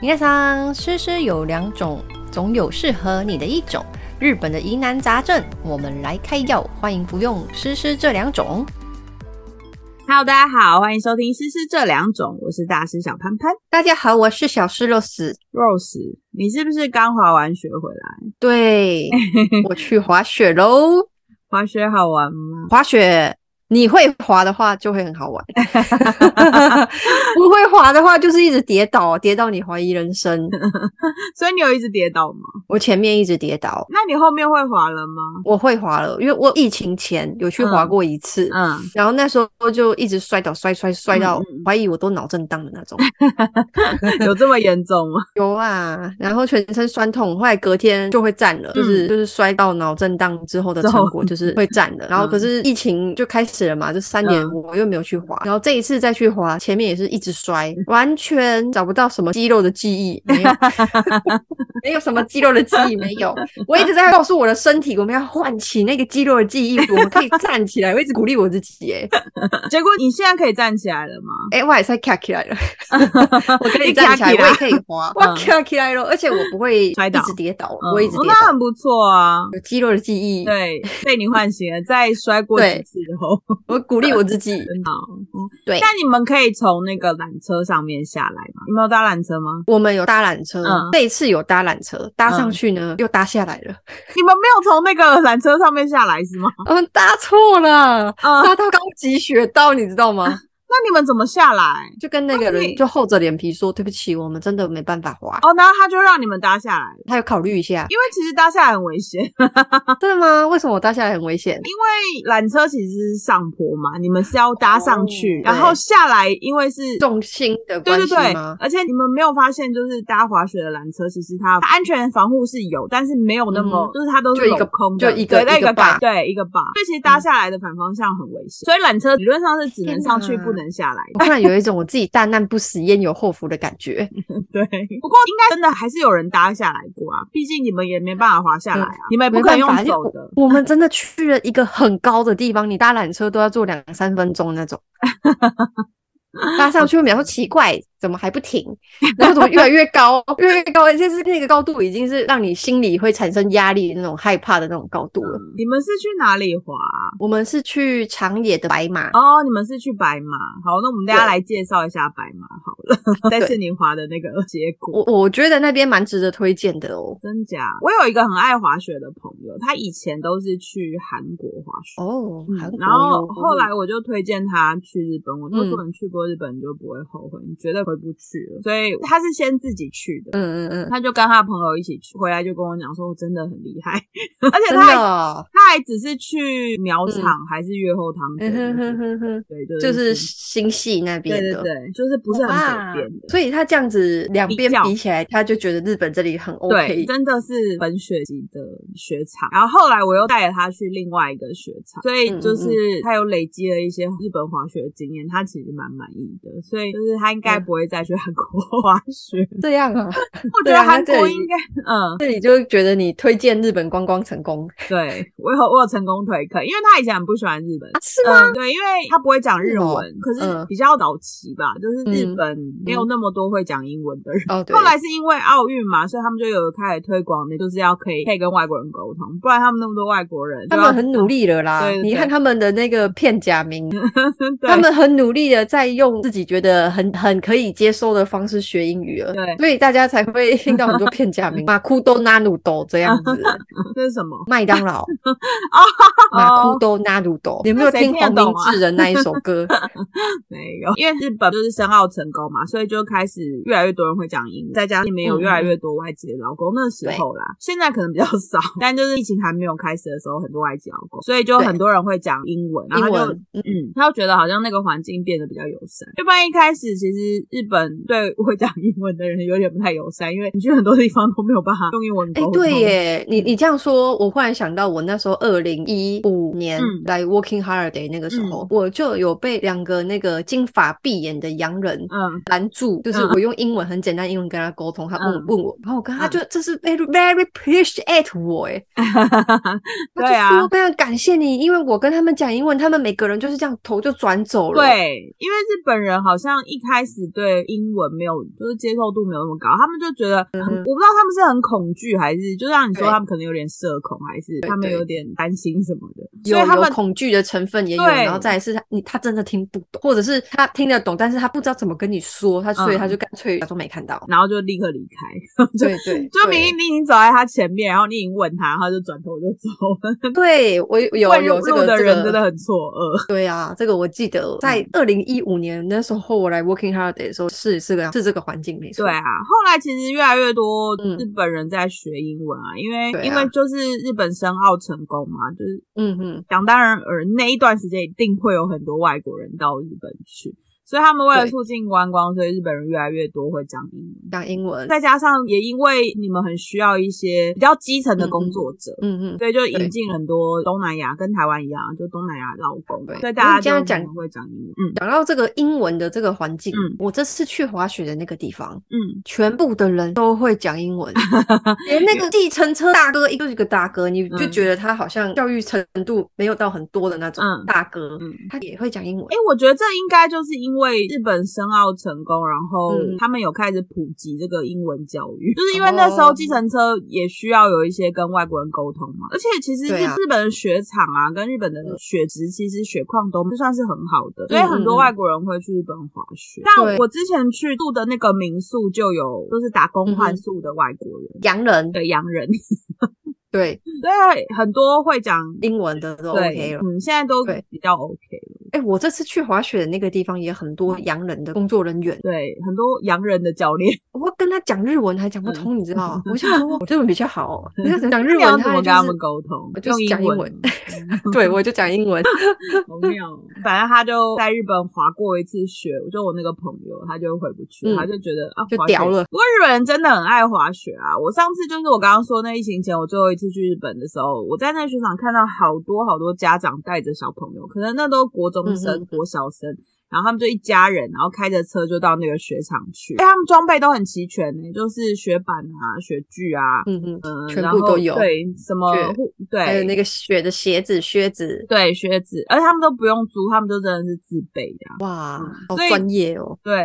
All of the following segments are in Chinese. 皆さん，诗诗有两种，总有适合你的一种。日本的疑难杂症，我们来开药，欢迎服用诗诗这两种。 Hello，大家好，欢迎收听《诗诗这两种》，我是大师小潘潘大家好，我是小诗 Rose。 Rose。你是不是刚滑完雪回来？对，我去滑雪喽！滑雪好玩吗？ 滑雪，你会滑的话就会很好玩， 不会滑的话就是一直跌倒，跌到你怀疑人生。所以你有一直跌倒吗？我前面一直跌倒，那你后面会滑了吗？我会滑了，因为我疫情前有去滑过一次，嗯，然后那时候就一直摔倒，摔摔摔到嗯嗯嗯怀疑我都脑震荡的那种。 有这么严重吗？ 有啊，然后全身酸痛，后来隔天就会站了，就是就是摔到脑震荡之后的嗯之成后果 就是会站了。然后可是疫情就开始了嘛，就三年嗯我又没有去滑，然后这一次再去滑，前面也是一直摔，嗯完全找不到什么肌肉的记忆，没 有，没有什么肌肉的记忆，没有。我一直在告诉我的身体，我们要唤起那个肌肉的记忆，我们可以站起来。我一直鼓励我自己、欸，结果你现在可以站起来了吗？哎、我也是卡起来 了。我可以你站起来，站起我来嗯也可以滑，我跳起来了，而且我不会摔倒一直跌倒，嗯不会一直跌那倒，很不错啊。有肌肉的记忆。对，被你唤醒了，在摔 过对几次后，我鼓励我自己，真好。对那你们可以从那个缆车上面下来吗？你们有搭缆车吗？我们有搭缆车嗯，这一次有搭缆车，搭上去呢又搭下来了，你们没有从那个缆车上面下来是吗？我们搭错了，嗯，搭到高级雪道，你知道吗？ 那你们怎么下来？就跟那个那人你就厚着脸皮说对不起，我们真的没办法滑。哦，然后他就让你们搭下来，他有考虑一下，因为其实搭下来很危险，因真的吗？为什么我搭下来很危险？为缆车其实是上坡嘛，你们是要搭上去，哦然后下来，因为是重心的对关对系对 吗，？而且你们没有发现，就是搭滑雪的缆车，其实它它安全防护是有，但是没有那么，嗯就是它都是就一个镂空的，就一个对那一个感，把对一个把，所以其实搭下来的反方向很危险，所以缆车理论上是只能上去天哪不能下来我突然有一种我自己大难不死焉有后福的感觉。对，不过应该真的还是有人搭下来过啊，毕竟你们也没办法滑下来啊，你们也不没可办能用法，走就的。我们真的去了一个很高的地方，你搭缆车都要坐两三分钟那 种。搭上去，我们想说奇怪，怎么还不停？然后怎么越来越高，越来越高？就是那个高度已经是让你心里会产生压力、那种害怕的那种高度了。你们是去哪里滑啊、我们是去长野的白马，哦，你们是去白马。好，那我们大家对来介绍一下白马好了， 在是你滑的那个结我果。我觉得那边蛮值得推荐的哦。真假？我有一个很爱滑雪的朋友，他以前都是去韩国滑雪。哦，嗯韩国然后哟后来我就推荐他去日本，我就说嗯你去过日本你就不会后悔，你绝对回不去了。所以他是先自己去的，嗯嗯嗯，他就跟他朋友一起去，回来就跟我讲说，真的很厉害， 而且真他的还哦，他还只是去苗场、还是月后汤嗯田那哼哼边，哼哼，对，就就是是新系那边对的。对对，就是不是很哇北边的。所以他这样子两边比较比起来，他就觉得日本这里很对， OK。真的是本雪级的雪场。然后后来我又带着他去另外一个雪场，所以嗯就是他有累积了一些日本滑雪的经验，他其实蛮满意的。所以就是他应该嗯不会再去韩国 滑雪。这样啊， 我觉对得啊韩那这国里应该，嗯，这里就觉得你推荐日本观光成功对我有我有成功推坑，因为他以前很不喜欢日本啊，是吗？嗯，对，因为他不会讲日是哦文，可是嗯比较早期吧，就是日嗯本没有那么多会讲英文的人。哦，对，后来是因为奥运嘛，所以他们就有开始推广，就是要可以可以跟外国人沟通，不然他们那么多外国人，他们很 努力了啦对对。对你看他们的那个片假名，很他们很努力的在用自己觉得很很可以接受的方式学英语了。对所以大家才 会听到很多片假名，马库多纳鲁多这样子，这是什么？麦当劳 哦马库多纳鲁多，你有没有那谁听听得黄明懂啊志的那一首歌？没有，因为日本就是申奥成功嘛，所以就开始越来越多人会讲英语，再加上里面嗯有越来越多外籍的劳工，那时候啦，现在可能比较 少，但就是疫情还没有开始的时候，很多外籍劳工，所以就对很多人会讲英文，然后英他就文，嗯嗯，他就觉得好像那个环境变得比较友善。要不然一开始其实日本对会讲英文的人有点不太友善，因为你去很多地方都没有办法用英文沟哎、通。对耶，你你这样说，我忽然想到，我那时候二零一五年嗯来 Working Holiday 那个时候，我就有被两个那个金发碧眼的洋人。嗯，拦住，就是嗯我用英文很简单英文跟他沟通，他问、嗯问我，然后我跟他嗯就、这是 very very appreciate 我 哎，他对就啊说非常感谢你，因为我跟他们讲英文，他们每个人就是这样头就转走了，对，因为日本人好像一开始对对英文没有，就是接受度没有那么高，他们就觉得很，我不知道他们是很恐惧，还是就像你说，嗯对他们可能有点社恐，还是他们对有点担心什么的，有所以他有们恐惧的成分也有，对然后再来是你他真的听不懂，或者是他听得懂，但是他不知道怎么跟你说，他所以嗯他就干脆假装没看到。然后就立刻离开，就对 对，就明对明你已经走在他前面，然后你已经问他，然后他就转头就走了。对我有 有问有路这路个的这人真的个很嗯错愕，对啊，这个我记得在二零一五年那时候我来 Working Holiday 的时候是是个是这个环境没错。对啊。后来其实越来越多嗯日本人在学英文啊，因为对啊因为就是日本申奥成功嘛，就是嗯嗯，想当然而那一段时间一定会有很多外国人到日本去，所以他们为了对促进观光，所以日本人越来越多会讲英文。讲英文。再加上也因为你们很需要一些比较基层的工作者，嗯嗯，所以就对引进很多东南亚，跟台湾一样，就东南亚劳工，对所以大你这家样就讲很会讲英文。嗯讲到这个英文的这个环境，嗯我这次去滑雪的那个地方，嗯，全部的人都会讲英文，连那个计程车大哥，一个一个大哥，你就嗯觉得他好像教育程度没有到很多的那种嗯大哥，嗯他也会讲英文哎、。我觉得这应该就是因为日本申奥成功，然后嗯他们有开始普及这个英文教育，就是因为那时候哦计程车也需要有一些跟外国人沟通嘛。而且其实对日啊嗯日本的雪场啊，跟日本的雪质其实雪况都算是很好的，所以很嗯多嗯嗯外国人会去日本滑雪。但对我之前去住的那个民宿就有就是打工嗯换宿的外国人。洋人的洋人， 对对，很多会讲英文的都对 OK 了。嗯，现在都对比较 OK 了。哎、我这次去滑雪的那个地方也很多洋人的工作人员，对，很多洋人的教练，我跟他讲日文还讲不通，你知道吗？我想说，我日文比较好、 哦，你要讲日不知道文，怎他么就跟嗯他是们沟通我，就是用讲英文 文，对我就讲英文。好妙哦。反正他就在日本滑过一次雪，就我那个朋友，他就回不去，嗯他就觉得啊，就 滑雪屌了。不过日本人真的很爱滑雪啊！我上次就是我刚刚说那疫情前，我最后一次去日本的时候，我在那个雪场看到好多好多家长带着小朋友，可能那都国中生、嗯哼国小生。然后他们就一家人，然后开着车就到那个雪场去。哎，他们装备都很齐全呢、就是雪板啊、雪具啊，嗯嗯，嗯全然部后都有，对，什么雪护对，还有那个雪的鞋子、靴子，对靴子，而且他们都不用租，他们就真的是自备的啊。哇，好所以专业哦！对，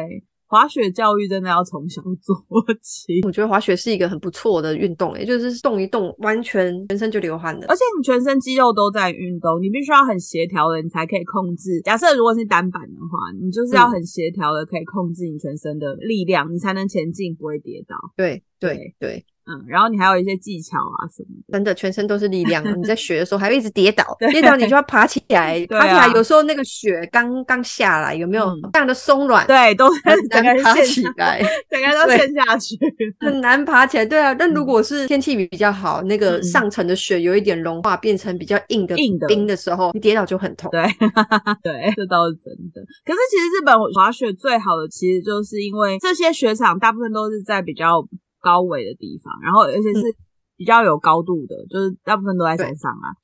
滑雪教育真的要从小做起，我觉得滑雪是一个很不错的运动，也欸就是动一动，完全全身就流汗了而。且你全身肌肉都在运动，你必须要很协调的，你才可以控制。假设如果是单板的话，你就是要嗯很协调的，可以控制你全身的力量，你才能前进，不会跌倒。对对对对，嗯，然后你还有一些技巧啊什么的。真的全身都是力量。啊 你在雪的时候还会一直跌倒，跌倒你就要爬起来，对爬起来啊有时候那个雪刚刚下来，有没有嗯非常的松软？对，都是它只整能个人爬陷起下，来，整个人都对陷下去。很难爬起来。对啊，但嗯如果是天气比较好，那个嗯上层的雪有一点融化，变成比较硬的硬的冰的时候，你跌倒就很痛。对，对，这倒是真的。可是其实日本滑雪最好的，其实就是因为这些雪场大部分都是在比较高纬的地方，然后而且嗯是比较有高度的，就是大部分都在山上啊。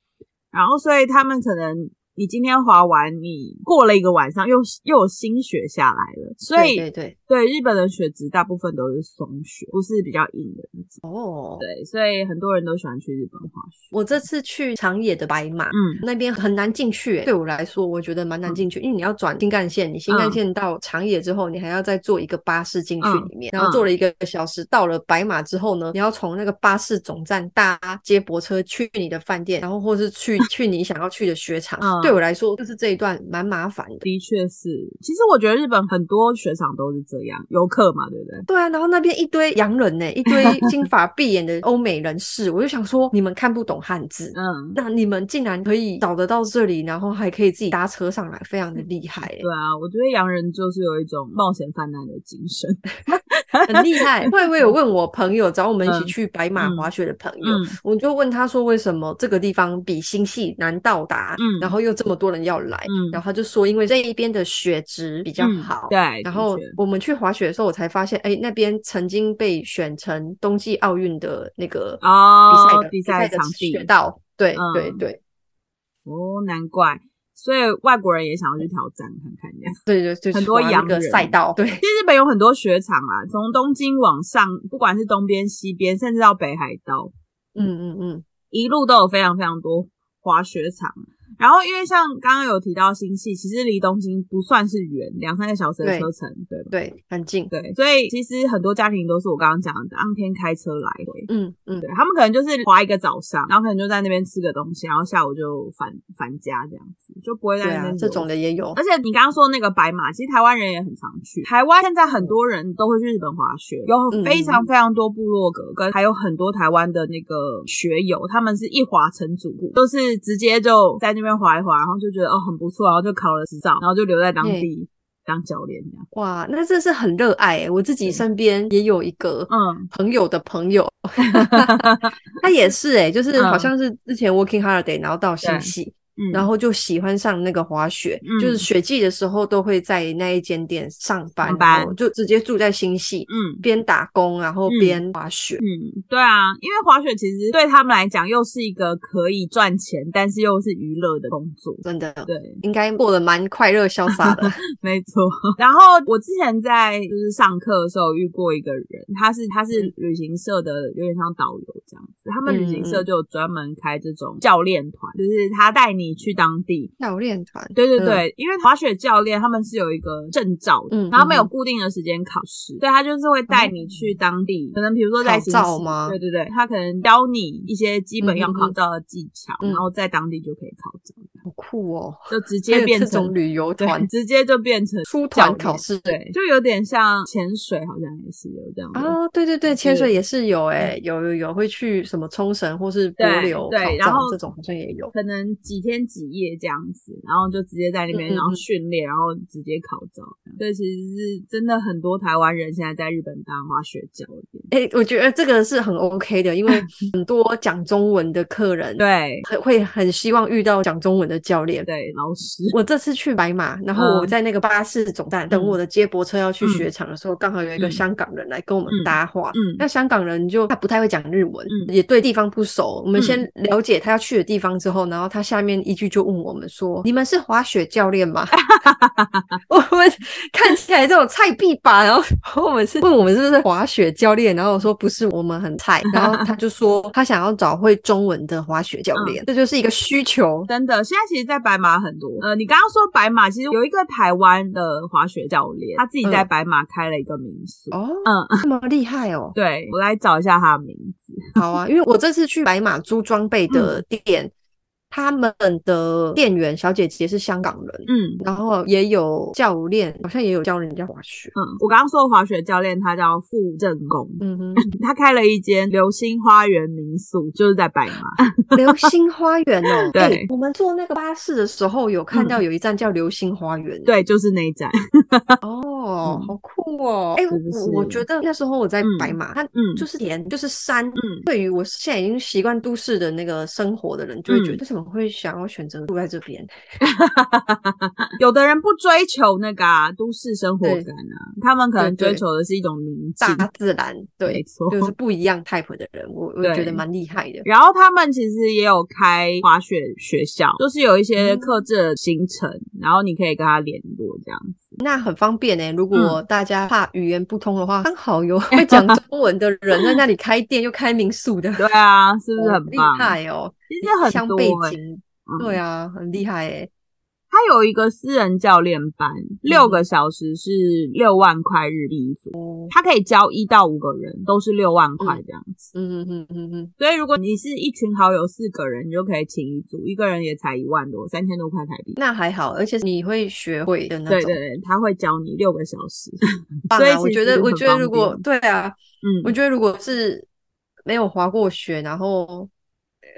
然后所以他们可能你今天滑完，你过了一个晚上又又有新雪下来了，所以对对对，对日本的雪质大部分都是松雪，不是比较硬的那种。哦，对，所以很多人都喜欢去日本滑雪。我这次去长野的白马，嗯那边很难进去、欸，对我来说，我觉得蛮难进去，因为你要转新干线，你新干线到长野之后，你还要再坐一个巴士进去里面，嗯嗯然后坐了一个小时，到了白马之后呢，你要从那个巴士总站搭接驳车去你的饭店，然后或是 去去你想要去的雪场。嗯对我来说，就是这一段蛮麻烦的。的确是，其实我觉得日本很多雪场都是这样，游客嘛，对不对？对啊，然后那边一堆洋人呢、一 堆金发碧眼的欧美人士，我就想说，你们看不懂汉字，嗯，那你们竟然可以找得到这里，然后还可以自己搭车上来，非常的厉害、欸。对啊，我觉得洋人就是有一种冒险犯难的精神。很厉害。慧慧有问我朋友，找我们一起嗯去白马嗯滑雪的朋友，嗯我就问他说为什么这个地方比新系难到达，嗯然后又这么多人要来，嗯然后他就说因为这一边的雪质比较嗯好。对，然后的确我们去滑雪的时候，我才发现，哎，那边曾经被选成冬季奥运的那个比赛哦的，比比赛赛的场地雪道。对嗯对对哦，难怪，所以外国人也想要去挑战看看这样。对对，就是很多滑那洋个人赛道，对其实日本有很多雪场啦，从东京往上，不管是东边、西边，甚至到北海道，嗯嗯嗯，一路都有非常非常多滑雪场。然后因为像刚刚有提到新系，其实离东京不算是远，两三个小时的对车程，对吧？对，很近。对，所以其实很多家庭都是我刚刚讲的，当天开车来回。嗯嗯，对他们可能就是花一个早上，然后可能就在那边吃个东西，然后下午就返返家这样子，就不会在对那啊边、，这种。的也有。而且你刚刚说那个白马，其实台湾人也很常去。台湾现在很多人都会去日本滑雪，有嗯非常非常多部落格，跟还有很多台湾的那个学友，他们是一滑成主顾，就是直接就在那边滑一滑，然后就觉得哦很不错，然后就考了执照，然后就留在当地当教练这样。哇，那这是很热爱、欸。我自己对身边也有一个嗯，朋友的朋 友，他也是哎、就是好嗯像是之前 Working Holiday，然后到新对系，嗯然后就喜欢上那个滑雪，嗯就是雪季的时候都会在那一间店上班，上班然后就直接住在新系，嗯边打工然后嗯边滑雪。嗯，对啊，因为滑雪其实对他们来讲又是一个可以赚钱，但是又是娱乐的工作。真的对，应该过得蛮快乐潇洒 的。没错。然后我之前在就是上课的时候遇过一个人，他是他是旅行社的，有点像导游这样子。他们旅行嗯社嗯嗯就有专门开这种教练团，就是他带你去当地。教练团，对对对，因为滑雪教练他们是有一个证照的，嗯然后他们有嗯哦固定的时间考试，对他就是会带你去当地，可能比如说在考新照西吗对对对，他可能教你一些基本要嗯嗯嗯考照的技巧，嗯然后在当地就可以考照，好酷哦！就直还接有变这成种旅游团对，直接就变成出教团练考试，对，就有点像潜水，好像也是有这样的。啊，对对对，潜是嗯水也是有哎、有有有会去什么冲绳或是对波流对考然照后这种好像也有，可能几天几夜这样子，然后就直接在那嗯边，嗯嗯然后训练，然后直接考照。对，其实是真的很多台湾人现在在日本当滑雪教练。哎、我觉得这个是很 OK 的，因 为很多讲中文的客人对很会很希望遇到讲中文的教练。对，老师，我这次去白马，然后我嗯在那个巴士总站、等嗯我的接驳车要去嗯雪场的时候，刚好有一个嗯香港人来跟我们嗯搭话，嗯那香港人就他不太会讲日文，嗯也对地方不熟。我们嗯先了解他要去的地方之后，然后他下面一句就问我们说：“你们是滑雪教练吗？” 我们看起来这种菜逼吧，然后我们是问我们是不是滑雪教练，然后我说不是，我们很菜。然后他就说他想要找会中文的滑雪嗯教练，这就是一个需求。真的，现在其实，在白马很多。呃，你刚刚说白马，其实有一个台湾的滑雪教练，他自己在嗯白马开了一个民宿。哦，嗯这么厉害哦！对，我来找一下他的名字。好啊，因为我这次去白马租装备的嗯店，他们的店员小姐姐是香港人，嗯，然后也有教练，好像也有教人家滑雪。嗯，我刚刚说的滑雪教练他叫傅正功，嗯哼，他开了一间流星花园民宿，就是在白马。 流星花园哦， 对嗯诶我们坐那个巴士的时候有看到有一站叫流星花园，，对，就是那一站。哦嗯，好酷哦，哎、是不是我我觉得那时候我在白马，它 嗯，就是田，就是山。嗯，对于我现在已经习惯都市的那个生活的人，就会觉得嗯为什么会想要选择住在这边？有的人不追求那个、啊、都市生活对感啊，他们可能对追对求的是一种宁静。大自然，没对，错。 就是不一样 type 的人，我我对觉得蛮厉害的。然后他们其实也有开滑雪学校，就是有一些克制的行程，然后你可以跟他联络这样子。那很方便呢、嗯如果大家怕语言不通的话，刚好有 会讲 中文的人在那里开店又开民宿的，对啊，是不是哦很厉棒？害哦！其实很像多、背欸。景，嗯对啊，很厉害哎、他有一个私人教练班，嗯六个小时是六万块日币一组，哦他可以教一到五个人，都是六万块这样子。嗯嗯嗯嗯嗯，所以如果你是一群好友四个人，你就可以请一组，一个人也才一万多，三千多块台币。那还好，而且你会学会的那对种对，对，他会教你六个小 时，棒所以啊！我其觉实得，我很觉得方如果便对啊，我嗯，觉得如果是没有滑过雪，然后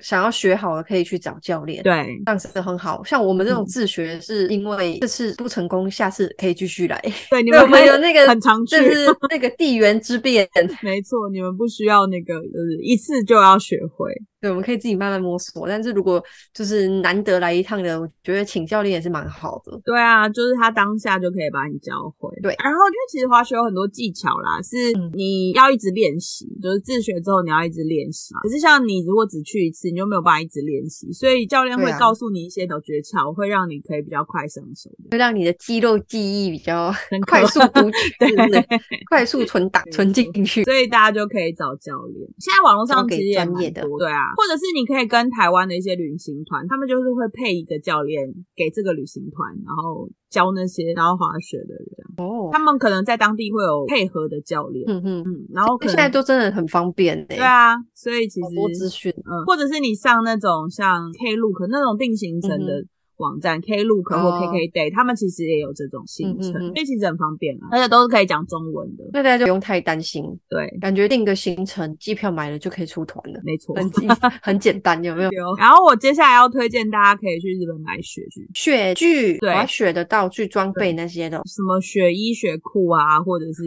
想要学好了，可以去找教练。对，这样子很好，像我们这种嗯自学，是因为这次不成功，下次可以继续来。 对，你对，我们们可以有那个很常去，就是那个地缘之变，没错，你们不需要那个，就是一次就要学会。对，我们可以自己慢慢摸索。但是如果就是难得来一趟的，我觉得请教练也是蛮好的。对啊，就是他当下就可以把你教会。对然后因为其实滑雪有很多技巧啦，是嗯你要一直练习，就是自学之后你要一直练习嘛。可是像你如果只去一次，你就没有办法一直练习，所以教练会对啊告诉你一些小诀窍，会让你可以比较快上手。会让你的肌肉记忆比较深刻快 速读取，对是不是快速存档没错存进去。所以大家就可以找教练。现在网络上交其给实也专业蛮的多，对啊，啊，或者是你可以跟台湾的一些旅行团，他们就是会配一个教练给这个旅行团，然后教那些然后滑雪的人，哦他，们可能在当地会有配合的教练，嗯哼，嗯，然后可现在能都真的很方便呢、对啊，所以其好多资实讯，嗯，或者是你上那种像 Klook 那种定行程的。网站 Klook 或嗯哦 KKday，、他们其实也有这种行程，嗯嗯嗯所以其实很方便啊，而且都是可以讲中文的。那大家就不用太担心，对，感觉定个行程，机票买了就可以出团了，没错。很 简很简单，有没有？然后我接下来要推荐大家可以去日本买雪具，雪具、对滑雪的道具、装备那些的，什么雪衣、雪裤啊，或者是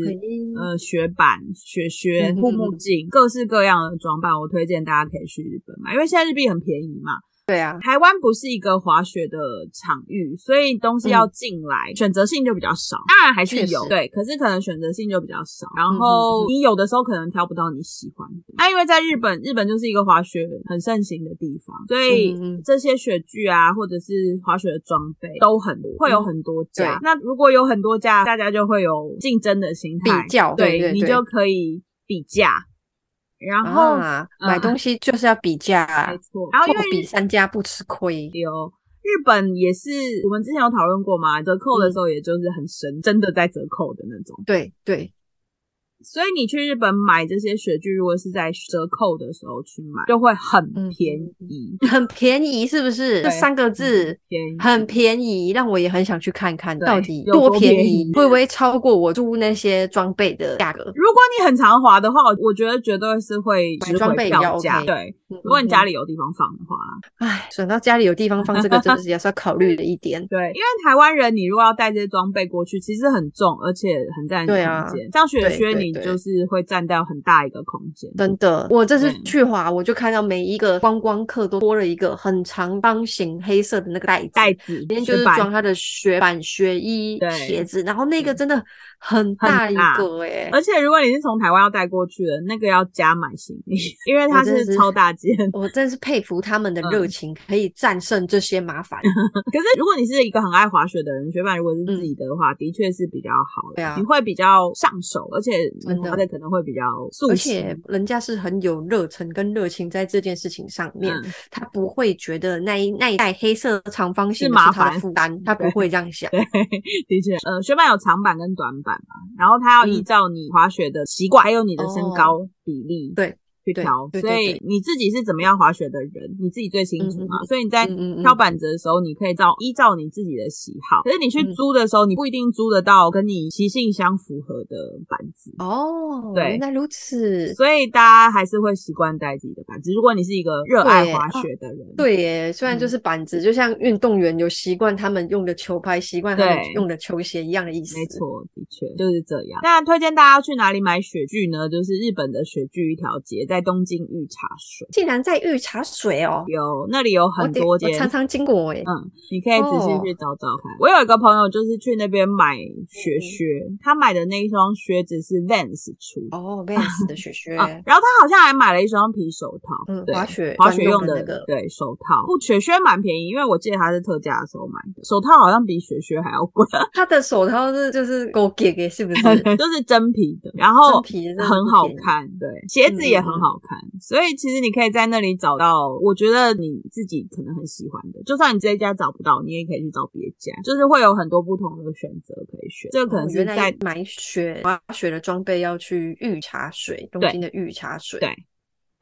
嗯呃雪板、雪靴嗯、嗯护目镜，各式各样的装扮，我推荐大家可以去日本买，因为现在日币很便宜嘛。对啊，台湾不是一个滑雪的场域，所以东西要进来、选择性就比较少。当然还嗯是确有实对，可是可能选择性就比较少。然嗯嗯后嗯你有的时候可能挑不到你喜欢的。那、因为在日本，日本就是一个滑雪很盛行的地方，所以嗯嗯这些雪具啊，或者是滑雪的装备都很多，会有很多家。嗯对那如果有很多家，大家就会有竞争的心态，比较对对对你对就可以比价。然后、啊，嗯买东西就是要比价、啊没错，然后因货为哦比三家不吃亏。日本也是，我们之前有讨论过嘛，折嗯扣的时候也就是很神，真的在折扣的那种。对对，所以你去日本买这些雪具，如果是在折扣的时候去买，就会很便宜， 很便宜，是不是？这嗯对嗯三个字便宜很便宜，让我也很想去看看对到底有多便便宜会不会超过我租那些装备的价格？嗯如果你很常滑的话，我我觉得绝对是会买值装回备比票较价。 OK 对，如如果你家，里有地方放的话啦，。哎，想到家里有地方放这个，真的是也是要考虑的一点对，因为台湾人你如果要带这些装备过去，其实很重，而且很占空对啊间。像雪对靴，对你对就是会占掉很大一个空间。真的，我这次对去滑，我就看到每一个观光客都多了一个很长方形黑色的那个袋子，袋子里面就是雪板装他的雪板、雪衣对、鞋子，然后那个对真的很大一大个哎、而且如果你是从台湾要带过去的，那个要加买行李，因为它我真的是是超大件。我真是佩服他们的嗯热情，可以战胜这些麻烦。可是如果你是一个很爱滑雪的人，雪板如果是自己的话，的确是比较好的，嗯对啊你会比较上手，而且真的而且可能会比较速而行。且人家是很有热忱跟热情在这件事情上面，嗯他不会觉得那一那一袋黑色长方形是的麻他烦的负担，他不会这样想。的确，呃，雪板有长板跟短板嘛，然后嗯它要依照你滑雪的习惯，还有你的身高比例，哦对，去对调。对对所以对你自己是怎么样滑雪的人，你自己最清楚嘛。所以你在嗯嗯嗯挑板子的时候，你可以照依照你自己的喜好，可是你去嗯租的时候，你不一定租得到跟你习性相符合的板子。哦，对原来如此。所以大家还是会习惯带自己的板子。如果你是一个热爱滑雪的人，啊对耶，虽然就嗯是板子，就像运动员有习惯他们用的球拍，习惯他对们用的球鞋一样的意思。没，错，的确就是这样。那推荐大家去哪里买雪具呢？就是日本的雪具一条街，在东京御茶水竟然在御茶水哦，有，那里有我很得多我间常哦常经过哎。嗯，你可以仔细去找找看。我有一个朋友就是去那边买雪靴，他买的那一双靴子是 Vans 出的。 哦，Vans 的雪靴，啊，然后他好像还买了一双皮手套，嗯对滑雪滑雪专用用的那个对手套。不，雪靴蛮便宜，因为我记得他是特价的时候买的，手套好像比雪靴还要贵，他的手套是就是狗给给，是不是？ 就是真皮的，然后真皮的真的很不好便宜嗯看，对，鞋子也很好看，所以其实你可以在那里找到，我觉得你自己可能很喜欢的，就算你这一家找不到，你也可以去找别家，就是会有很多不同的选择可以选。这个可能哦是原在、来买雪滑雪的装备要去御茶水，东对京的御茶水。对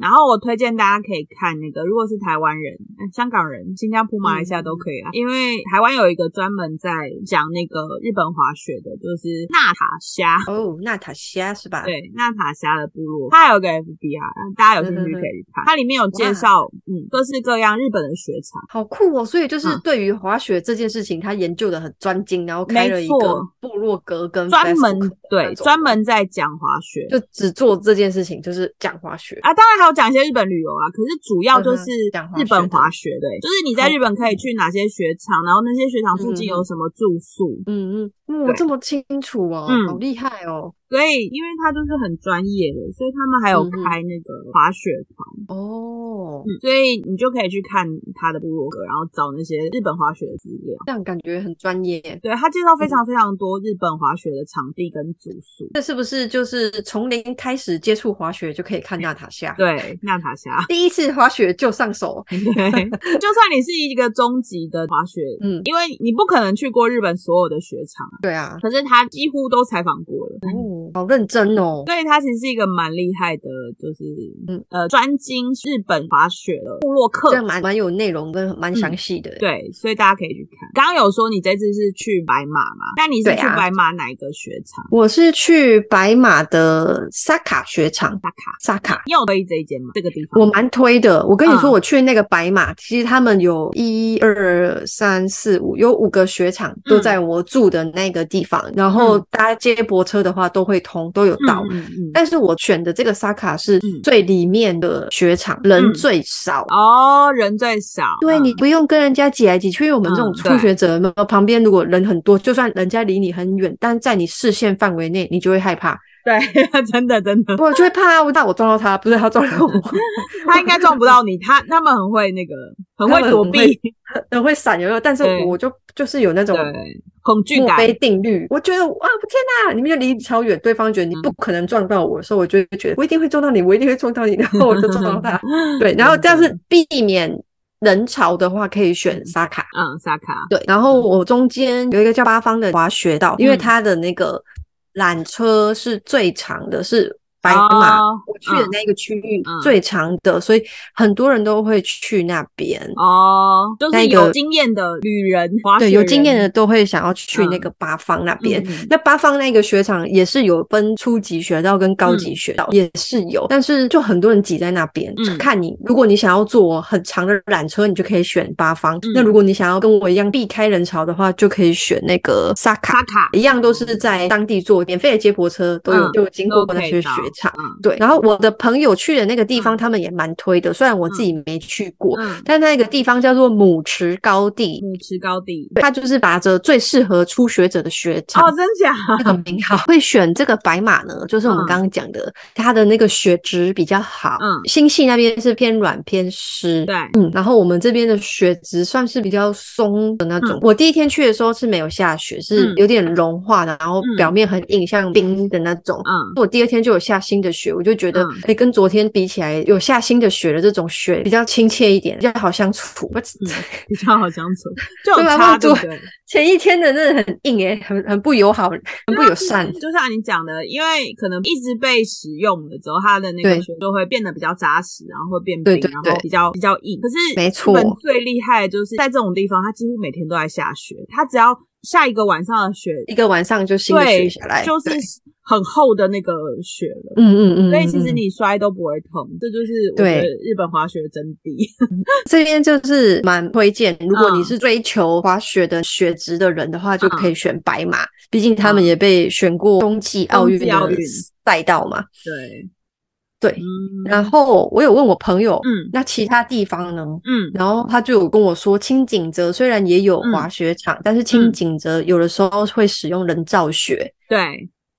然后我推荐大家可以看那个，如果是台湾人、呃香港人、新加坡、马来西亚都可以嗯啊，因为台湾有一个专门在讲那个日本滑雪的，就是纳塔虾。哦，那塔西亚是吧？，对，纳塔虾的部落，它还有个 FB 啊，大家有兴趣可以去看。它里面有介绍，嗯，各式各样日本的雪场，好酷哦！所以就是嗯对于滑雪这件事情，他研究的很专精，然后开没了一个错部落格跟专门 Facebook 对那种专门在讲滑雪就只做这件事情，就是讲滑雪。啊，当然还有讲一些日本旅游啊，可是主要就是嗯哼日本滑雪，对，就是你在日本可以去哪些雪场，然后嗯那些雪场附近有什么住宿，嗯嗯，哇、对这么清楚哦，嗯好厉害哦！所以因为他就是很专业的，所以他们还有嗯哼开那个滑雪团，哦，所以你就可以去看他的部落格，然后找那些日本滑雪的资料。这样感觉很专业。对他介绍非嗯常非常多日本滑雪的场地跟住宿。这是不是就是从零开始接触滑雪就可以看娜塔夏？，对，娜塔莎， 第一次滑雪就上手。对，就算你是一个终极的滑雪，嗯，因为你不可能去过日本所有的雪场啊，对啊，可是他几乎都采访过了。哦，好认真哦。所以他其实是一个蛮厉害的，就是、嗯呃专精日本滑雪的部落客这。样蛮蛮有内容跟蛮嗯详细的、，对，所以大家可以去看。刚刚有说你这次是去白马嘛？那你是对去啊白马哪一个雪场？我是去白马的萨卡雪场，萨卡萨卡，啊你有推这一间吗？这个地方我蛮推的。我跟你说，嗯我去那个白马，其实他们有一二三四五，有五个雪场都在我住的那个地方，然后嗯搭接驳车的话都会通，都有呃到。嗯嗯嗯但是我选的这个萨卡是嗯最里面的雪场，人嗯最少。哦，人最少。对嗯你不用跟人家挤来挤去，因为我们这种嗯初对学者，然后旁边如果人很多，就算人家离你很远，但在你视线范围内，你就会害怕。对， 真的真的，我就会怕啊，我怕我撞到他，不是他撞到 我，他应该撞不到你，他他们很会那个，很他会们躲很避会，人会闪有没有？但是对我就就是有那种对，恐惧墨感。菲定律，我觉得哇，我天哪，你们就离超远，对方觉得你嗯不可能撞到我的时候，我就会觉得我一定会撞到你，我一定会撞到你，然后我就撞到 他。对，然后真的但是避免人潮的话，可以选沙卡。嗯，萨卡，对，然后我中间有一个叫八方的滑雪道，因为嗯它的那个缆车是最长的，是白马。哦我去的那个区域嗯嗯最长的，所以很多人都会去那边。哦，就是那个有经验的旅人，滑雪对，有经验人的都会想要去那嗯个八方那边。嗯嗯那八方那个雪场也是有分初级学道跟高级学道，也是有，但是就很多人挤在那边。嗯看你，如果你想要坐很长的缆车，你就可以选八方；嗯那如果你想要跟我一样避开人潮的话，就可以选那个萨卡。萨卡一样都是在当地坐免费的接驳车，都有、嗯就经过都那可以些雪到场。嗯对，然后我的朋友去的那个地方，嗯他们也蛮推的，虽然我自己没去过，嗯，但那个地方叫做母池高地，母池高地，它就是打着最适合初学者的雪场。哦，真假？ 那个名号会选这个白马呢，就是我们嗯刚刚讲的，它的那个雪质比较好。嗯星系那边是偏软偏湿，对，嗯，然后我们这边的雪质算是比较松的那种。嗯我第一天去的时候是没有下雪，是嗯有点融化的，然后嗯表面很硬，像冰的那种。嗯我第二天就有下新的雪，我就觉得，哎、嗯跟昨天比起来，有下新的雪的这种雪比较亲切一点，比较好相处。我嗯，比较好相处，就有对吧啊差，忘对不记对？ 前一天的真的很硬哎、很很不友好，很不友善。就像你讲的，因为可能一直被使用了之后，它的那个对雪就会变得比较扎实，然后会变冰，对对然对后比较比较硬。可是没日错本最厉害的就是在这种地方，它几乎每天都在下雪，它只要下一个晚上的雪，一个晚上就新的对，雪下来，就是对很厚的那个雪了。嗯嗯嗯，所以其实嗯你摔都不会痛，这就是我觉对得日本滑雪的真谛。这边就是蛮推荐，如果你嗯是追求滑雪的雪质的人的话，就可以选白马，毕竟他们嗯也被选过冬季奥运冬季奥的运赛道嘛。对，对，嗯，然后我有问我朋友，嗯那其他地方呢？嗯然后他就有跟我说，清景泽虽然也有滑雪场，但是嗯清景泽有的时候会使用人造雪，对，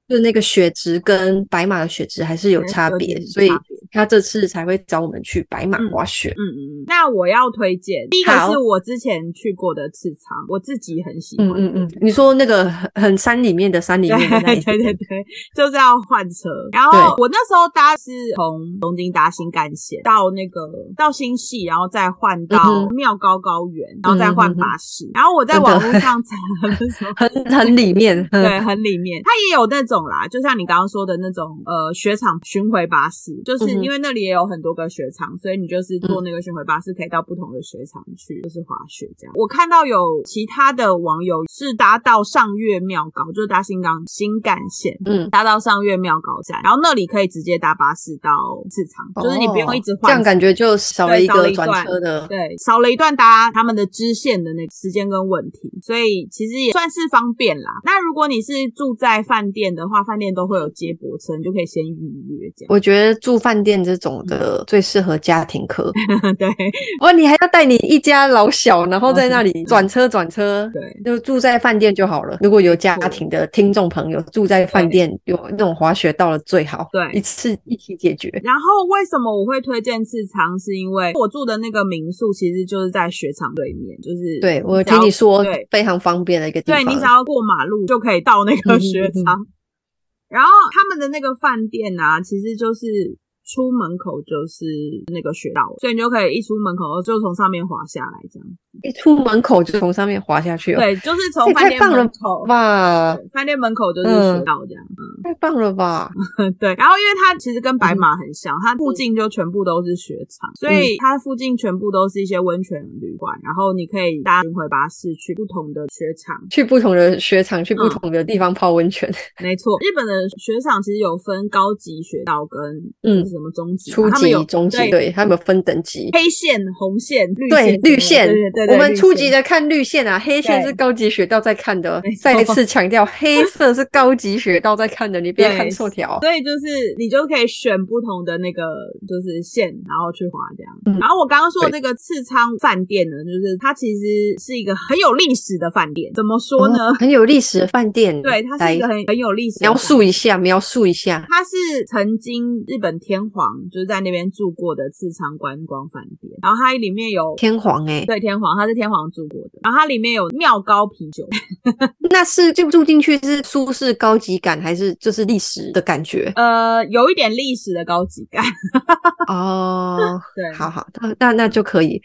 就那个雪质跟白马的雪质还是有差别，点所以差别他这次才会找我们去白马嗯滑雪。嗯嗯嗯。那我要推荐第一个好是我之前去过的赤仓，我自己很喜欢。嗯嗯嗯，你说那个很很山里面的山里面的那对一 对对对，就是要换车。然后对我那时候搭是从东京搭新干线到那个到新系，然后再换到嗯妙高高原，然后再嗯换嗯嗯巴士。然后我在真的。网络上查的时候很很里面， 对，嗯很里面，它也有那种啦，就像你刚刚说的那种，呃，雪场巡回巴士，就是嗯哼嗯因为那里也有很多个雪场，所以你就是坐那个巡回巴士，可以到不同的雪场去，就是滑雪这样。我看到有其他的网友是搭到上月庙高，就是搭新港新干线，嗯，搭到上月庙高站，然后那里可以直接搭巴士到市场，就是你不用一直哦这换样，感觉就少了对一少了个一段转车的，对，少了一段搭他们的支线的那个时间跟问题，所以其实也算是方便啦。那如果你是住在饭店的话，饭店都会有接驳车，你就可以先预约这样。我觉得住饭饭店这种的最适合家庭课。 对哦，你还要带你一家老小，然后在那 里转车转车，对，就住在饭店就好了。如果有家庭的听众朋友住在饭店，有那种滑雪到了最好，对一次一起解决。然后为什么我会推荐赤仓？是因为我住的那个民宿其实就是在雪场对面，就是对我有只要听你说对，非常方便的一个地对方，你只要过马路就可以到那个雪 场。然后他们的那个饭店啊，其实就是出门口就是那个雪道，所以你就可以一出门口就从上面滑下来，这样。一出门口就从上面滑下去哦，对，就是从这也饭太店棒了门口。哇，对饭店门口就是雪道这样，太棒了吧！ 对。然后因为它其实跟白马很像，嗯它附近就全部都是雪场，所以它附近全部都是一些温泉旅馆，然后你可以搭巡回巴士去不同的雪场去不同的雪场，去不嗯同的地方泡温泉， 没错，日本的雪场其实有分高级雪道跟嗯就是什么中级嘛，初他们级有、中级，对对，他们有分等级。黑线、红线、绿对线、绿线对对对，对我们绿初线级的看绿线啊，黑线是高级学道在看的没。错再一次强调，黑色是高级学道在看的，你别对看错条。所以就是你就可以选不同的那个就是线，然后去滑这样。嗯然后我刚刚说的这个次仓饭店呢，就是它其实是一个很有历史的饭店。怎么说呢？哦很有历史的饭店，对，它是来一个很很有历史的描饭述一下，描述一下。它是曾经日本天皇就是在那边住过的次仓观光饭店，然后它里面有天皇哎、对，天皇，它是天皇住过的，然后它里面有妙高啤酒，？那是就住进去是舒适高级感，还是就是历史的感觉 呃，有一点历史的高级感，哦，对，好好，那那那就可以。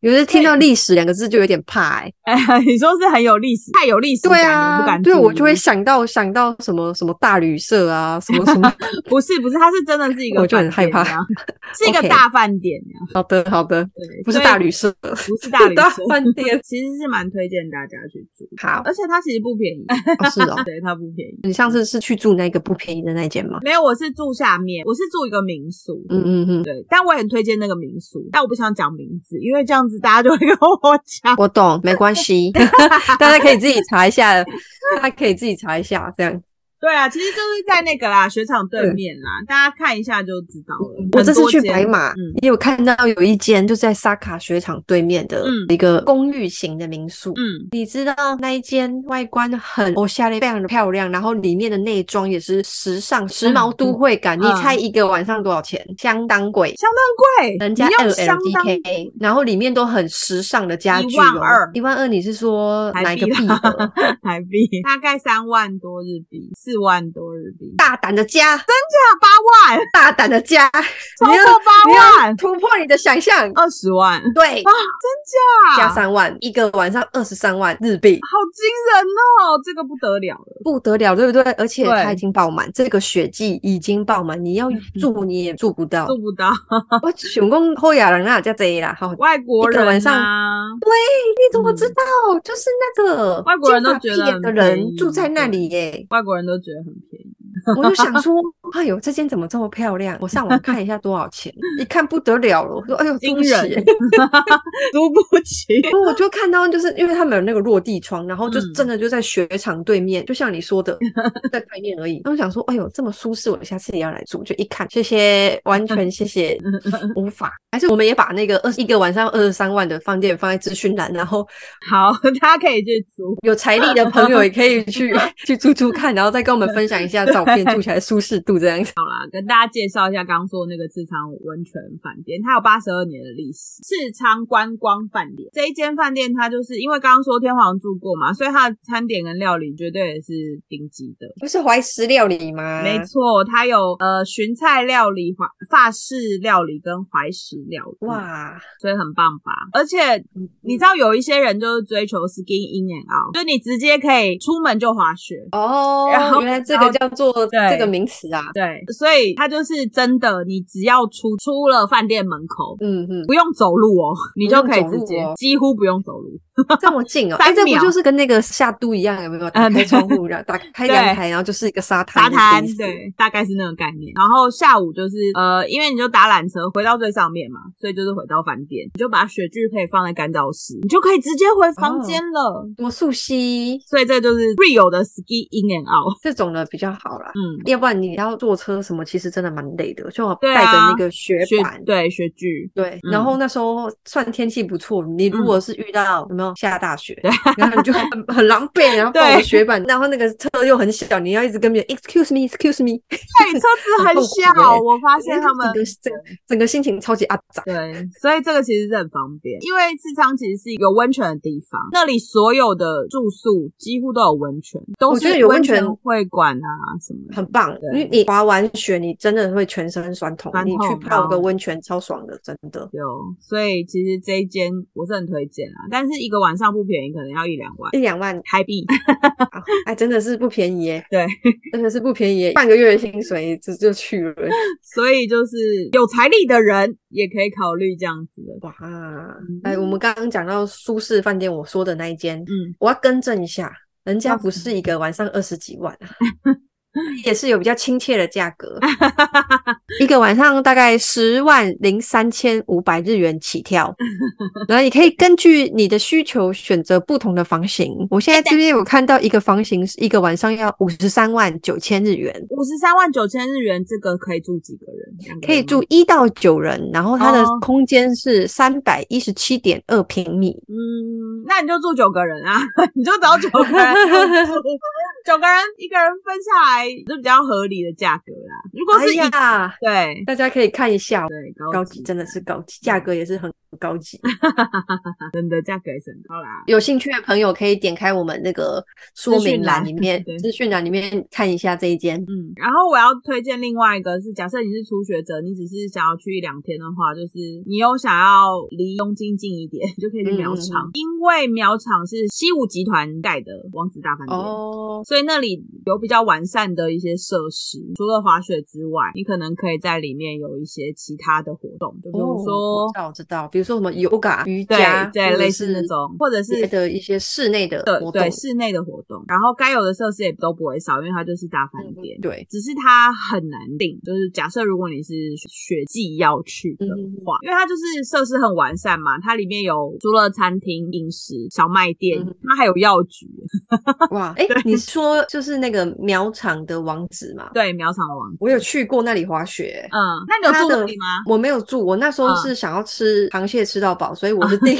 有时听到“对历史”两个字就有点怕哎、哎，你说是很有历史，太有历史感，对你不啊，敢对住我就会想到想到什么什么大旅社啊，什么什么。不是不是，它是真的是一个，我就很害怕， 是一个 OK 大饭店这样， 好的好的，对，不是所以大旅社， 不是大旅大社，饭店。其实是蛮推荐大家去住，好，而且它其实不便宜，。哦是哦对，它不便宜。你 上次是去住那个不便宜的那间吗？没有，我是住下面，我是住一个民宿，嗯嗯嗯，对，但我也很推荐那个民宿，但我不想讲名字，因为这样子大家就会跟我讲。我懂，没关系， 大家可以自己查一下，大家可以自己查一下，这样。对啊，其实就是在那个啦，雪场对面啦，大家看一下就知道了。我这次很多去间白马，嗯也有看到有一间就在沙卡雪场对面的嗯一个公寓型的民宿，嗯，你知道那一间外观很欧夏丽，非常的漂亮，然后里面的内装也是时尚、时髦都会感。嗯你猜一个晚上多少钱？相当贵。相当贵，人家你用相当 LLDK，然后里面都很时尚的家具、哦， 12,000一万二，你是说哪一个台币币啊吧额？台币，大概三万多日币，四万多日币，大胆的加，大八万，大胆的 加，超你要过八万，突破你的想象。二十万，对，哇，加三万，一个晚上二十三万日币，好惊人哦，这个不得了了。不得了，对不对？而且对嗯它已经爆满，这个雪季已经爆满，你要住你也住不到。做不到，我想讲后亚人啊，叫这啦，好，外国人、啊、一个晚上你怎么嗯知道？就是那个外国人都金发觉碧得眼很的人便宜住在那里耶，外国人都觉得很便宜， 我就想说，哎呦，这间怎么这么漂亮？我上网看一下多少钱，一看不得了了，我说哎呦，惊租不起人耶。租不起。然后我就看到，就是因为他们有那个落地窗，然后就嗯真的就在雪场对面，就像你说 的，在对面而已。然后想说，哎呦，这么舒适，我下次也要来住。就一看，谢谢，完全谢谢，无法。还是我们也把那个二一个晚上二十三万的饭店放在资讯栏，然后好，大家可以去租。有财力的朋友也可以 去去住住看，然后再跟我们分享一下照片住起来舒适度这样子。啊跟大家介绍一下刚刚说的那个赤仓温泉饭店，它有八十二年的历史。赤仓观光饭店这一间饭店，它就是因为刚刚说天皇住过嘛，所以它的餐点跟料理绝对也是顶级的。不是怀石料理吗？没错，它有呃寻菜料理、法法式料理跟怀石料理，，哇，所以很棒吧？而且你知道有一些人就是追求 skin in and out，就你直接可以出门就滑雪，哦，然后原来这然个后叫做对这个名词啊。对，所以它就是真的，你只要出出了饭店门口，嗯嗯， 不用走路哦，你就可以直不接、用走路哦几乎不用走路。这么近哦！三哎，这不秒就是跟那个夏都一样，有没有？打嗯开对窗户，然后打开对阳台，然后就是一个沙滩，沙滩的意思，对，大概是那个概念。然后下午就是呃，因为你就搭缆车回到最上面嘛，所以就是回到饭店，你就把雪具可以放在干燥室，你就可以直接回房间了。多溯溪所以这就是 real 的 ski in and out。这种的比较好啦。嗯，要不然你要要坐车什么，其实真的蛮累的，就我对带啊着那个雪学板。对学具，对，嗯然后那时候算天气不错，你如果是遇到有没有下大雪，然后你就很很狼狈，然后抱着对雪板，然后那个车又很小，你要一直跟别人 excuse me excuse me，对车子很很痛苦 小，欸我发现他们整个整整个心情超级阿杂。对，所以这个其实是很方便，因为赤仓其实是一个温泉的地方，那里所有的住宿几乎都有温泉，都我觉得是有温温泉会馆啊什么的。很棒，因对为你滑完雪，你真的会全身酸痛，酸你去痛泡个哦温泉超爽的，真的。有，所以其实这一间我是很推荐啊，但是一个晚上不便宜，可能要一两万一两 万，台币。啊哎，真的是不便宜耶，对，真的是不便宜耶，半个月的薪水就就去了，所以就是有财力的人也可以考虑这样子的。哇！哎，我们刚刚讲到舒适饭店，我说的那一间，嗯，我要更正一下，人要家什不是一个晚上二十几万啊，也是有比较亲切的价 格，一个晚上大概十万零三千五百日元起跳，然后你可以根据你的需求选择不同的房型。我现在这边有看到一个房型是一个晚上要五十三万九千日元。五十三万九千日元，这个可以住几个人？两个可以人吗住一到九人，然后它的嗯哦空间是三百一十七点二平米，嗯，那你就住九个人啊， 你就找九个人住，九个人一个人分下来就比较合理的价格啦。如果是一、哎呀，对大家可以看一下，哦对高高级真的是高级，价格也是很高级。啊真的价格也是很高啦。有兴趣的朋友可以点开我们那个说明栏里面资讯栏对资讯栏里面看一下这一间。嗯，然后我要推荐另外一个是，假设你是初学者，你只是想要去一两天的话，就是你有想要离东京近一点，你 就可以去苗场，嗯嗯因为苗场是西武集团盖的王子大饭店。哦，所以那里有比较完善的一些设施，除了滑雪之外，你可能可以在里面有一些其他的活动，就比如哦说、我知道我知道，比如说什么 yoga 瑜哦对伽，或对者类似那是种，或者是别的一些室内的活对动对，室内的活动，然后该有的设施也都不会少，因为它就是大饭店。嗯对，只是它很难定，就是假设如果你是雪季要去嗯的话，因为它就是设施很完善嘛，它里面有除了餐厅、饮食、小卖店，嗯它还有药局， 哇，哎，你说就是那个苗场的王子嘛？对，苗场王子。我有去过那里滑雪。嗯，那你有住它的那里吗？我没有住，我那时候嗯是想要吃螃蟹吃到饱，所以我是 订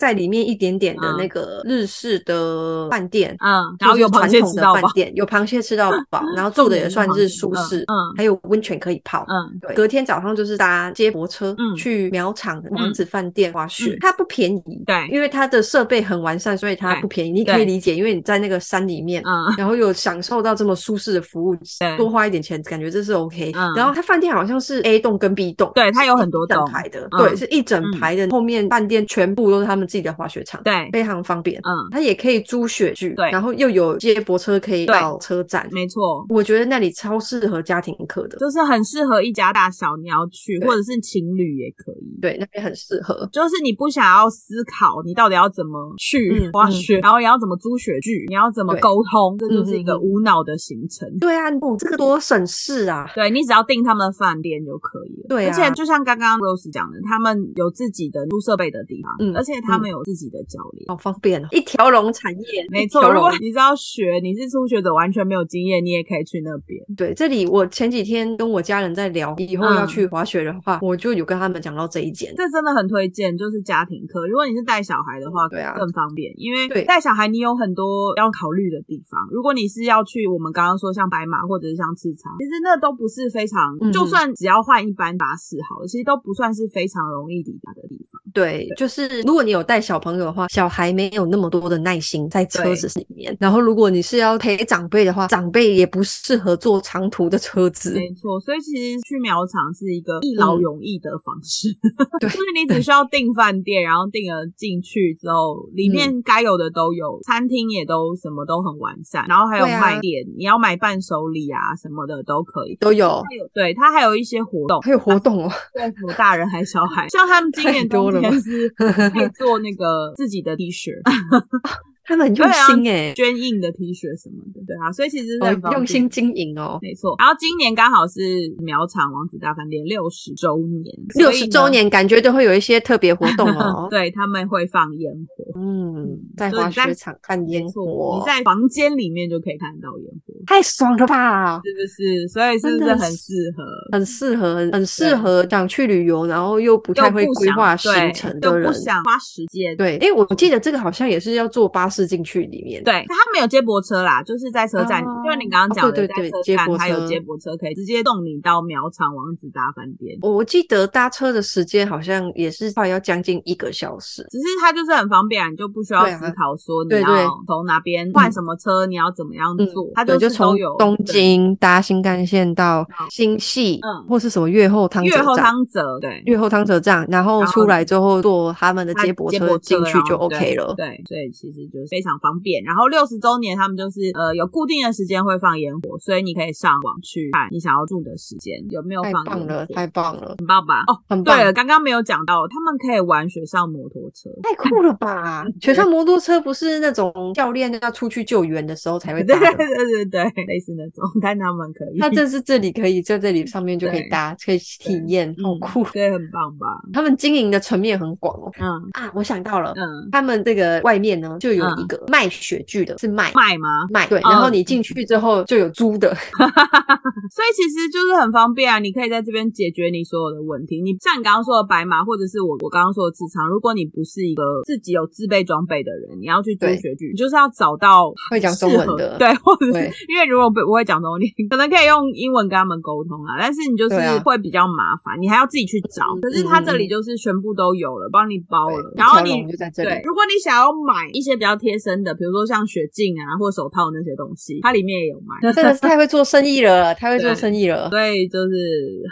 在里面一点点的嗯那个日式的饭店，嗯，就然后是有螃蟹传统吃的到饭饱，店有螃蟹吃到饱，然后住的也算是舒适，嗯还有温泉可以泡。嗯，对，隔天早上就是搭接驳车嗯去苗场王子饭店滑雪嗯，它不便宜，对因为它的设备很完善，所以它对不便宜，你可对以理解，因为你在那个山里面。嗯，然后有享受到这么舒适的服务对，多花一点钱，感觉这是 OK。嗯然后它饭店好像是 A 栋跟 B 栋，对，它有是很多一整种，排的，嗯对，是一整排的。后面饭店全部都是他们自己的滑雪场，对，非常方便。嗯，它也可以租雪具，对然后又有接驳车可以对到车站。没错，我觉得那里超适合家庭课的，就是很适合一家大小你要去，对或者是情侣也可以。对，那边很适合。就是你不想要思考你到底要怎么去嗯滑雪，然后也要怎么租雪具，你要怎么对沟通，这就是一个嗯嗯嗯无脑的行程。对啊，哦，这个多省事啊！对你只要订他们的饭店就可以了。对啊而且就像刚刚 Rose 讲的，他们有自己的租设备的地方，嗯而且他们有自己的教练。好方便哦，一条龙产业，没一错，条如果龙你是要学，你是初学者，完全没有经验，你也可以去那边。对，这里我前几天跟我家人在聊，以后要嗯去滑雪的话，我就有跟他们讲到这一间。这真的很推荐，就是家庭课。如果你是带小孩的话，对啊更方便，因为对带小孩你有很多要考虑的地方。如果你是要去我们刚刚说像白马或者是像赤仓，其实那都不是非常，嗯就算只要换一班巴士好了，其实都不算是非常容易抵达的地方。对，就是如果你有带小朋友的话，小孩没有那么多的耐心在车对子里面。然后，如果你是要陪长辈的话，长辈也不适合坐长途的车子。没错，所以其实去苗场是一个一劳永逸的方式，嗯 对就是你只需要订饭店，然后订了进去之后，嗯里面该有的都有，餐厅也都什么都很完善，然后还有对啊卖点，你要买伴手礼啊什么的都可以。都有，还有对它还有一些活动，还有活动哦，对付大人还是小孩，像他们今太年多了冬吧 天是可以做那个自己的 T 恤，他们很对用啊心哎、捐印的 T 恤什么的，对啊，所以其实是哦很方便用心经营哦，没错，然后今年刚好是苗场王子大饭店六十周年，六所以十呢周，年感觉就会有一些特别活动 哦。对他们会放烟火，嗯，在就是滑你在雪场看烟没错，火你，在房间里面就可以看到烟火，太爽了吧！是不是？所以是不真是的很适合？很适合，很很适对合想去旅游，然后又不又太会不规想划对行程又的人不。想花时间。对，哎，我记得这个好像也是要坐巴士进去里面。对，他没有接驳车啦，就是在车站，哦因为你刚刚讲哦的，对在对对车接站驳它有车接驳车，可以直接送你到苗场王子大饭店。我我记得搭车的时间好像也是快要将近一个小时。只是它就是很方便啊，你就不需要对啊思考说你对对嗯要从哪边换什么车，你要怎么样做，它对，是就都从有东对京搭新干线到新系，嗯或是什么越后汤越泽后站，汤泽对。越后汤泽站，然后然后出来之后坐他们的它接驳接驳车进车去就然后 OK 了。对，对所以其实就是非常方便。然后六十周年他们就是呃有固定的时间会放烟火，所以你可以上网去看你想要住的时间有没有放太棒烟了，火太棒了，很棒吧？哦，很棒对，了，刚刚没有讲到，他们可以玩雪上摩托 车，太酷了 吧！雪上摩托车不是那种教练要出去救援的时候才会对搭对的吗，对对对， 类似那种，但他们可以，他这是这里可以在这里上面就可对以搭，可以体验，好嗯酷！对，很棒吧？他们经营的层面很广哦。嗯啊，我想到了，嗯，他们这个外面呢就有嗯一个卖雪具的，是卖卖吗？卖对，哦然后你进去之后就有租的，所以其实就是很方便啊，你可以在这边解决你所有的问题。你像你刚刚说的白马，或者是我我刚刚说的智仓，如果你不是一个自己有自备装备的人，你要去租对雪具，你就是要找到会讲中文的适合 对，或者对是因为如果不不会讲中文，你可能可以用英文跟他们沟通啊，但是你就是对啊会比较麻烦，你还要自己去找。嗯可是他嗯嗯这里就是全部都有了，帮你包对了，一然后条你龙就在这对里，，如果你想要买一些比较贴身的，比如说像雪镜啊或手套那些东西，它里面也有卖。真的是太会做生意了，太会做对生意了，所以就是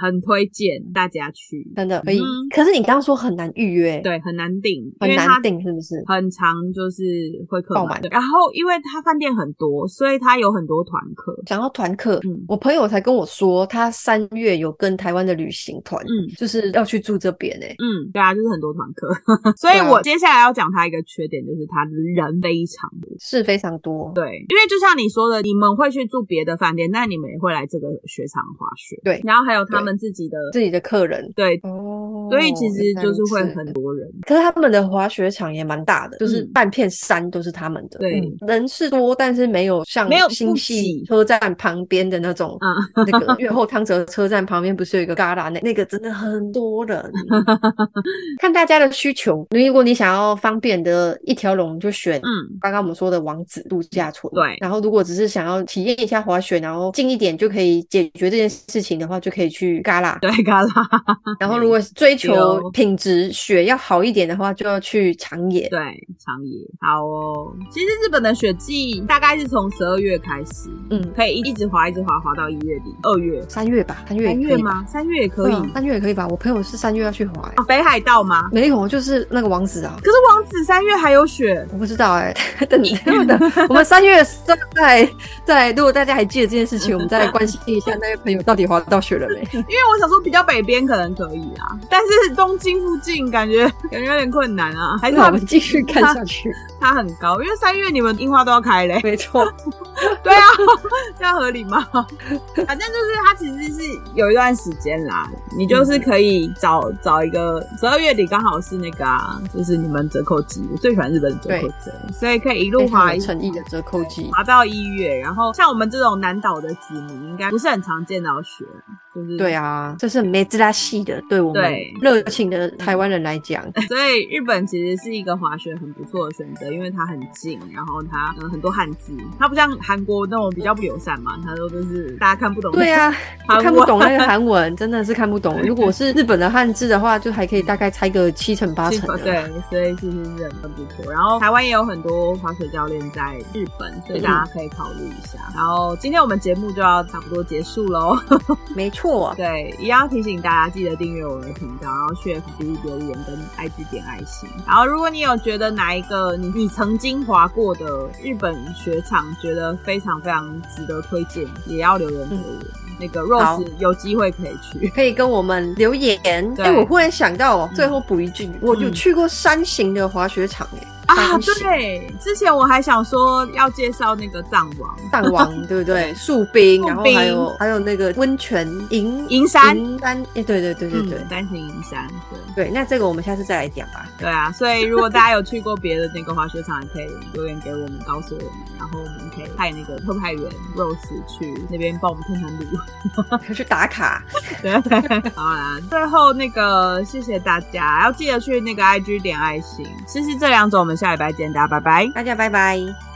很推荐大家去。真的可以嗯。可是你刚刚说很难预约，，对，很难订，因很为嗯它难定，是不是？很长，就是会客爆满满对然后因为它饭店很多，所以它有很多团客。讲到团客，嗯我朋友才跟我说，他三月有跟台湾的旅行团，嗯就是要去住这边欸诶、嗯，对啊，就是很多团客。 所以对啊我接下来要讲它一个缺点，就是它人非常多。是非常多。对，因为就像你说的，你们会去住别的饭店，但你们也会来这个雪场滑雪。对然后还有他们自己的，自己的客人对，哦，所以其实就是会原来如此很多人。可是他们的滑雪场也蛮大的，就是嗯半片山都是他们的。对嗯人是多，但是没有像没有不新系挤车站旁边的那种，嗯那个越后汤泽车站旁边不是有一个旮旯，那那个真的很多 人。看大家的需求，如果你想要方便的一条龙，就选嗯，刚刚我们说的王子度假村，对然后如果只是想要体验一下滑雪，然后近一点就可以解决这件事情的话，就可以去嘎啦。对， 嘎啦，然后如果追对求哦品质雪要好一点的话，就要去长野。对，长野，好哦。其实日本的雪季大概是从十二月开始，嗯，可以一直滑，一直滑，滑到一月底、二月、三月吧，三月也三可以月吧？吗？三月也可以。对啊三月也可以吧？我朋友是三月要去滑、欸啊，北海道吗？没有，就是那个王子啊，可是王子三月还有雪，我不知道哎、欸， 等等 等，我们三月的时候再再，如果大家还记得这件事情，我们再来关心一下那位朋友到底滑到雪了 没？因为我想说比较北边可能可以啊，但是东京附近感觉 感觉有点困难啊，还是那我它们继续看下 去，它很高，因为三月你们樱花都要开嘞。没错。对啊， 这样合理吗？ 反正就是它其实是有一段时间啦，你就是可以找嗯找一个十二月底刚好是那个啊，就是你们折扣季，我最喜欢日本的折扣季了，所以可以一路非滑常有诚意的折扣季，滑到一月，然后像我们这种南岛的子民，应该不是很常见到雪，就是对啊，这是梅兹拉系的，对我们嗯对热情的台湾人来讲， 所以日本其实是一个滑雪很不错的选择，因为它很近，然后它、嗯、很多汉字，它不像韩国那种比较不友善嘛，它都就是大家看不懂。对啊，韩文看不懂那个韩文，真的是看不懂。如果是日本的汉字的话，就还可以大概猜个七成八是成的。 对，所以其实是很不错。然后台湾也有很多滑雪教练在日本，所以大家可以考虑一下。然后今天我们节目就要差不多结束喽。没错， 对，也要提醒大家记得订阅我的频道，然后去 FB 留言跟 IG 点爱心。然后如果你有觉得哪一个你你曾经滑过的日本雪场觉得非常非常值得推荐，也要留言给我。那个好 Rose 有机会可以 去。可以跟我们留言。对哦哎，我忽然想到，最后补一句，我有去过山形的滑雪场，哎，哦，啊，对，之前我还想说要介绍那个藏王藏王，对不 对？树冰，树然后还冰有还有那个温泉银银山，银丹，哎，对对对对对、嗯，单行银山，对。对，那这个我们下次再来讲吧。对啊，所以如果大家有去过别的那个滑雪场，也可以留言给我们，告诉我们，然后我们可以派那个特派员 Rose 去那边帮我们探探 路。嗯去打卡，对，好啦，最后那个谢谢大家，要记得去那个 IG 点爱心。试试这两种，我们下礼拜见，大家拜拜。大家拜拜。